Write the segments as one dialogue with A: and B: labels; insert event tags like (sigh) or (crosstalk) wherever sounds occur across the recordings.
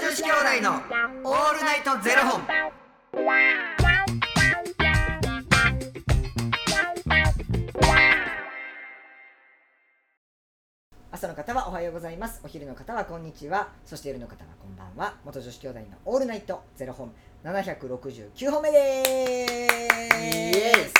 A: 子兄弟のオールナイトゼロ本。
B: 朝の方はおはようございますお昼の方はこんにちはそして夜の方はこんばんは元女子兄弟のオールナイトゼロ本769本目です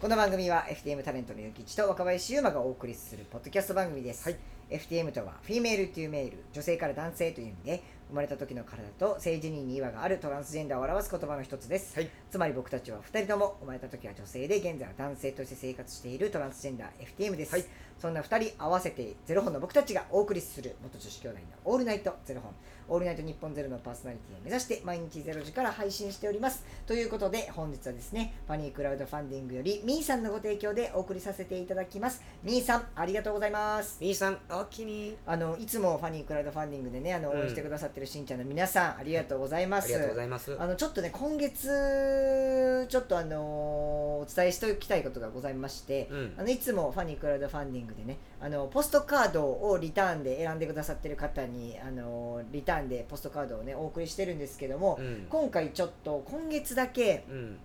B: この番組は FTM タレントのゆきちと若林優馬がお送りするポッドキャスト番組です、FTM とはフィメールというメール女性から男性という意味で生まれた時の体と性自認に違和があるトランスジェンダーを表す言葉の一つです、
A: はい
B: つまり僕たちは2人とも生まれた時は女性で現在は男性として生活しているトランスジェンダー FTM です、
A: はい
B: そんな2人合わせてゼロ本の僕たちがお送りする元女子兄弟の「オールナイトゼロ本」「オールナイト日本ゼロのパーソナリティを目指して毎日ゼロ時から配信しておりますということで本日はですねファニークラウドファンディングよりみーさんのご提供でお送りさせていただきますみーさんありがとうございます
A: みーさん、おおきに。
B: あのいつもファニークラウドファンディングでねあの
A: う
B: 応
A: ん
B: 援してくださってるしんちゃんの皆さんありがとうございま
A: あ
B: す、
A: りがとうございます。
B: あのちょっとね今月ちょっとあのーお伝えしておきたいことがございまして、
A: うん
B: あのいつもファニークラウドファンディングでねあのポストカードをリターンで選んでくださってる方にあのーリターンでポストカードをねお送りしてるんですけども、
A: うん。
B: 今回ちょっと今月だけ
A: うん。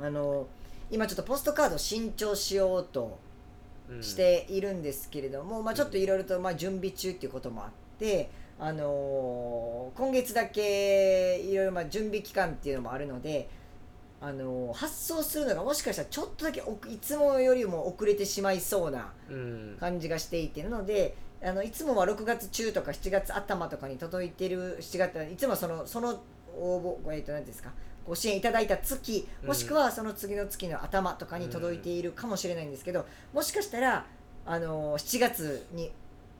B: あのー今ちょっとポストカード新調しようと
A: うん
B: しているんですけれども、まあ、ちょっといろいろとまあ準備中っていうこともあって、あのー今月だけいろいろまあ準備期間っていうのもあるので、あのー発送するのがもしかしたらちょっとだけおくいつもよりも遅れてしまいそうな
A: うん。
B: 感じがしていてなので。あのいつもは6月中とか7月頭とかに届いてる7月いつもはそのその応募えっと何ですかご支援いただいた月もしくはその次の月の頭とかに届いているかもしれないんですけど、もしかしたらあの7月に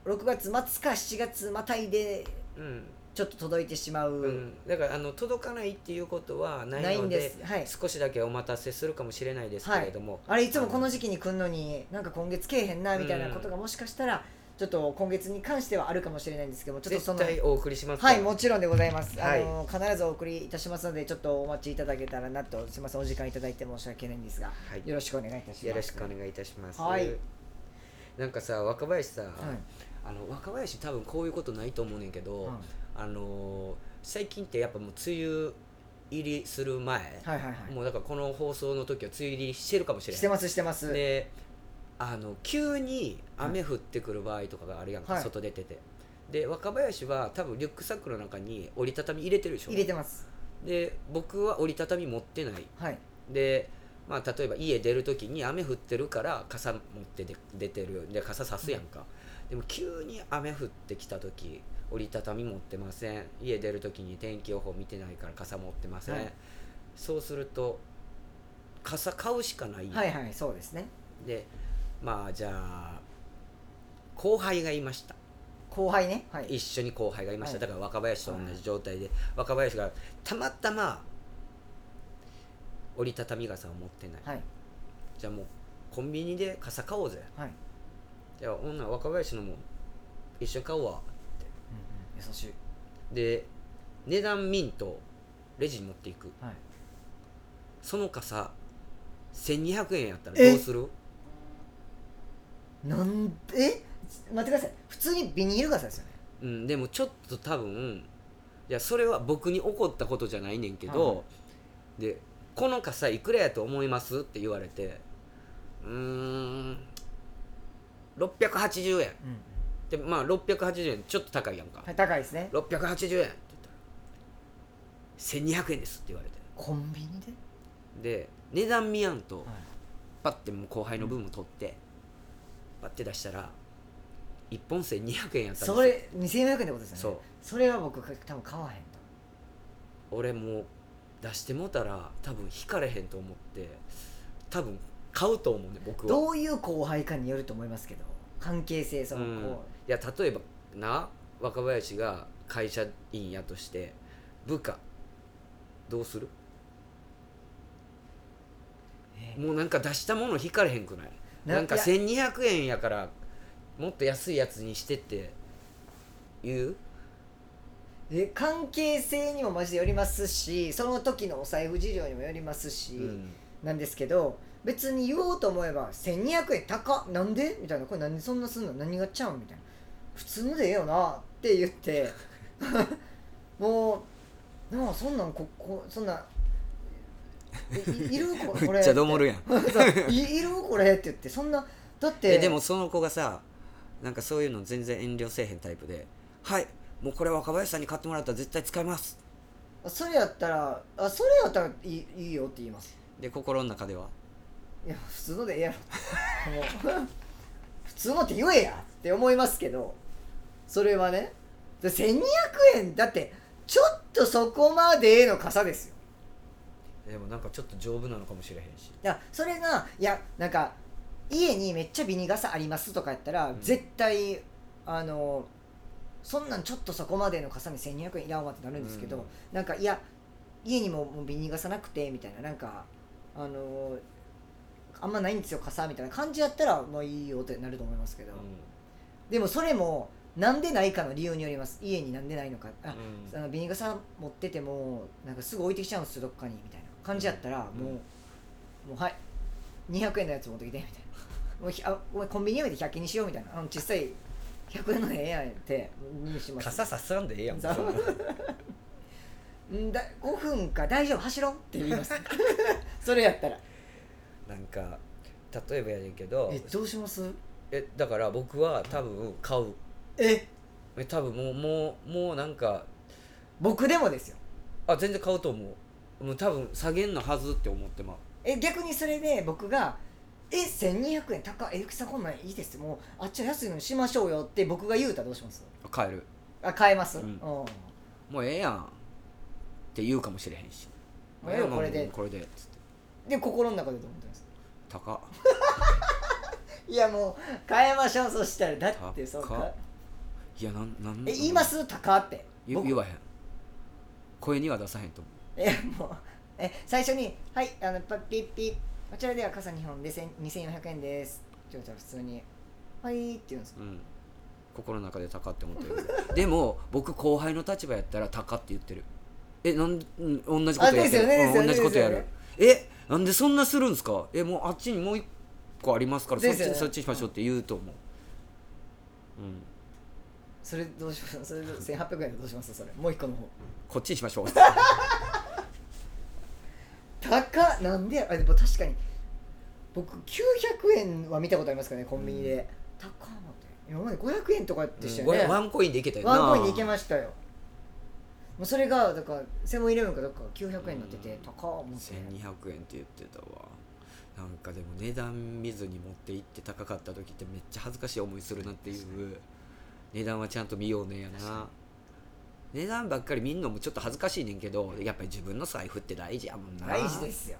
B: 6月末か7月またいで
A: うん。
B: ちょっと届いてしまう、
A: うん。だから、あの、届かないっていうことはない
B: ない
A: の
B: ん
A: で。
B: ですはい
A: 少しだけお待たせするかもしれないですけれども、
B: あれいつもこの時期に来るのになんか今月けえへんなみたいな
A: うん
B: ことがもしかしたらちょっと今月に関してはあるかもしれないんですけどもちょっとそ
A: 絶
B: の
A: 対お送りします
B: はい、もちろんでございます。
A: はい
B: あの必ずお送りいたしますので、ちょっとお待ちいただけたらなと、すみません、お時間いただいて申し訳ないんですが、
A: はい
B: よろしくお願いいたします。
A: よろしくお願いいたします、
B: はい
A: なんかさ若林さ、
B: はい
A: あの若林多分こういうことないと思うねんけど、
B: うん
A: あのー最近ってやっぱもう梅雨入りする前、
B: はいはいはい。
A: もうだからこの放送の時は梅雨入りしてるかもしれ
B: し
A: な
B: て
A: い
B: ますしてます。
A: であの急に雨降ってくる場合とかがあるやんか、
B: はい
A: 外出ててで若林は多分リュックサックの中に折りたたみ入れてるでしょ
B: 入れてます。
A: で僕は折りたたみ持ってない
B: はい。
A: で、まあ、例えば家出る時に雨降ってるから傘持ってで出てるで傘さすやんか、でも急に雨降ってきた時折りたたみ持ってません家出る時に天気予報見てないから傘持ってません、
B: はい
A: そうすると傘買うしかないやん、
B: はいはい、そうですね。
A: でまあじゃあ後輩がいました
B: 後輩ね。はい。
A: 一緒に後輩がいまし
B: は
A: た、
B: い
A: だから若林と同じ状態で、若林がたまたま折りたたみ傘を持ってない、
B: はい。
A: じゃあもうコンビニで傘買おうぜ
B: はい。
A: じゃあ女若林のも一緒に買おうわ
B: 優しい。
A: で値段見んとレジに持っていく
B: はい。
A: その傘1200円やったらどうする
B: なんで、え待ってください。普通にビニール傘ですよね。
A: うん、でもちょっと多分いやそれは僕に怒ったことじゃないねんけ
B: はいは
A: ど、でこの傘いくらやと思いますって言われてうーん680円
B: うん。
A: でまあ680円ちょっと高いやんか、
B: はい、高いですね。
A: 680円って言ったら1200円ですって言われて
B: コンビニで。
A: で値段見やんと
B: はい
A: パッてもう後輩の分も取って、パッて出したら1本1200円やったんですよ
B: それ、2400円ってことですよね。
A: そう。
B: それは僕、多分買わへんと。
A: 俺もう出してもうたら多分引かれへんと思って多分買うと思うね僕は
B: どういう後輩かによると思いますけど関係性その
A: うん
B: こ
A: いや例えばな若林が会社員やとして部下どうする
B: え
A: もうなんか出したもの引かれへんくない
B: な
A: なんか
B: いや
A: 1200円やからもっと安いやつにしてって言う
B: う、え関係性にもマジでよりますしその時のお財布事情にもよりますし、
A: うん
B: なんですけど別に言おうと思えば1200円高っなんでみたいなこれ何そんなすんの何がちゃうんみたいな普通のでええよなって言って (laughs) もうなあそんなんここそんなんいいるここれ
A: めっちゃどもるやん
B: ってそういいるこれって言ってそんなだって
A: えでもその子がさなんかそういうの全然遠慮せえへんタイプで「はいもうこれ若林さんに買ってもらったら絶対使います
B: それやったらあそれやったらいいいいよって言います」
A: で心の中ではい
B: や普通のでええやろもう (laughs) 普通のって言えやって思いますけどそれはねで1200円だってちょっとそこまでの傘ですよ
A: でもなんかちょっと丈夫なのかもしれへんし
B: いやそれがいやなんか家にめっちゃビニ傘ありますとかやったら、
A: うん
B: 絶対あのそんなんちょっとそこまでの傘に1200円いらんわってなるんですけど、
A: うん
B: なんかいや家にももうビニ傘なくてみたいななんかあのあんまないんですよ傘みたいな感じやったらまあいいよってなると思いますけど、でもそれもなんでないかの理由によります家になんでないのかあ、
A: うん
B: あのビニ傘持っててもなんかすぐ置いてきちゃうんですよどっかにみたいな感じやったら、
A: うん
B: もうもうはい200円のやつ持ってきてみたいなもうひあお前コンビニやめて100均にしようみたいなあの小さい100円のええやんってにしました
A: 傘さすらんでええやん
B: そう
A: そんな
B: んだ5分か大丈夫走ろうって言います
A: (laughs)
B: それやったら
A: (laughs) なんか例えばやねんけど
B: えどうします
A: えだから僕は多分買う
B: え
A: え多分もうもうもうなんか
B: 僕でもですよ
A: あ全然買うと思うもう多分下げんのはずって思ってまう
B: え逆にそれで僕が「え1200円高っえゆきさんこんなんいいですよもうあっちの安いのにしましょうよ」って僕が言うたらどうします
A: あ買える
B: あ買えます、
A: うん
B: も
A: もうええやんって言うかもしれへんし
B: うええよこれ
A: も
B: で
A: うこれでつって
B: で心の中でどう思ってます
A: 高っ
B: いやもう変えましょうそしたらだってそう
A: 高
B: か
A: っいやなんなん
B: え言います高って
A: 言言わへん声には出さへんと思
B: えもうえ最初に「はいあのパッピッピッこちらでは傘2本で千2400円です」って言ったら普通に「はい」って言うんです
A: う、うん、心の中で高って思ってる (laughs) でも僕後輩の立場やったら高って言ってるえなんうん同じことや
B: あで
A: っ
B: す
A: てる、
B: よねですよ
A: う
B: ね
A: ん同じことやる、
B: で
A: えなんでそんなするんですかえもうあっちにもう一個ありますからそ
B: で
A: っ
B: す
A: ち、
B: よね
A: そっちにしましょうって言うと思ううん
B: それどうしますそれ1800円でどうしますそれもう一個の方
A: こっちにしましょう
B: 高っなんでやあでも確かに僕900円は見たことありますからねコンビニで、
A: うん
B: 高っ思って今まで500円とかでしたよ
A: うん
B: ね、
A: ワンワンコインでいけたよな
B: ワンコインで行けましたよもうそれがだからセブンイレブンかどっか900円になってて、
A: うん
B: 高っ思って
A: 1200円って言ってたわなんかでも値段見ずに持って行って高かった時ってめっちゃ恥ずかしい思いするなっていう値段はちゃんと見ようねやな値段ばっかり見んのもちょっと恥ずかしいねんけどやっぱり自分の財布って大事やもんな
B: 大事ですよ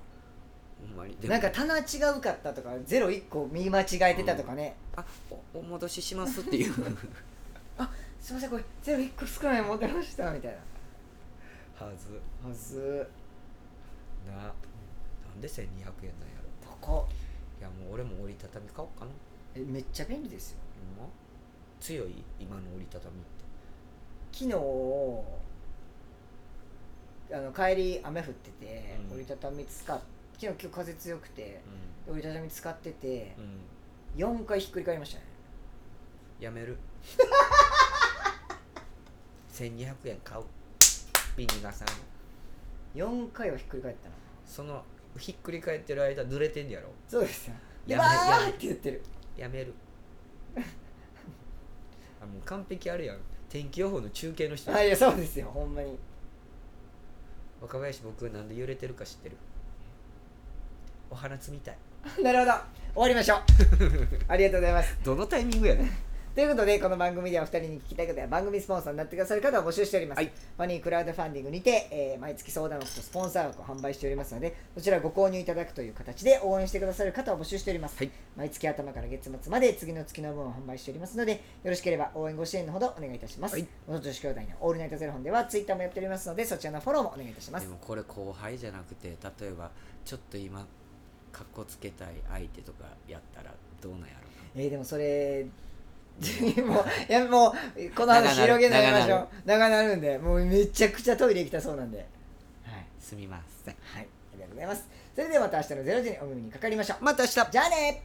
A: ほんまにでも
B: なんか棚違うかったとかゼロ一個見間違えてたとかね、
A: あおお戻ししますっていう
B: すいませんこれゼロ一個少ないの持ってましたみたいな
A: はず
B: はず
A: ななんで1200円なんやろ
B: 高っ
A: いやもう俺も折りたたみ買おうかな
B: えめっちゃ便利ですよ
A: ほんま強い今の折りたたみって
B: 昨日あの帰り雨降ってて、
A: うん
B: 折りたたみ使っ昨日今日風強くて折りたたみ使ってて
A: う、ん、うん
B: 4回ひっくり返りましたね
A: やめる (laughs) 1200円買うビニガさん
B: 4回はひっくり返ったな
A: そのひっくり返ってる間濡れてんやろ
B: そうですよで
A: や
B: わ
A: めや
B: ー
A: め
B: って言ってる
A: やめ (laughs) るあもう完璧あるやん天気予報の中継の人
B: あいやそうですよほんま
A: (laughs)
B: に
A: 若林僕なんで揺れてるか知ってるお花摘みたい
B: なるほど終わりま
A: (laughs)
B: しょうありがとうございます
A: どのタイミングやねん
B: ということでこの番組ではお二人に聞きたいことや番組スポンサーになってくださる方を募集しております、
A: はい
B: ファニークラウドファンディングにて、えー毎月相談枠とスポンサー枠を販売しておりますのでそちらご購入いただくという形で応援してくださる方を募集しております、
A: はい
B: 毎月頭から月末まで次の月の分を販売しておりますのでよろしければ応援ご支援のほどお願いいたします、
A: はい
B: 元女子兄弟のオールナイトゼロ本ではツイッターもやっておりますのでそちらのフォローもお願いいたします
A: でもこれ後輩じゃなくて例えばちょっと今かっこつけたい相手とかやったらどうなんやろう
B: えー、でもそれ (laughs) もういやもうこの話広げないでやりましょう長なるんでもうめちゃくちゃトイレ行きたそうなんではい
A: なすみません
B: はい、ありがとうございます。それではまた明日の0時にお耳にかかりましょう。
A: また明日
B: じゃあね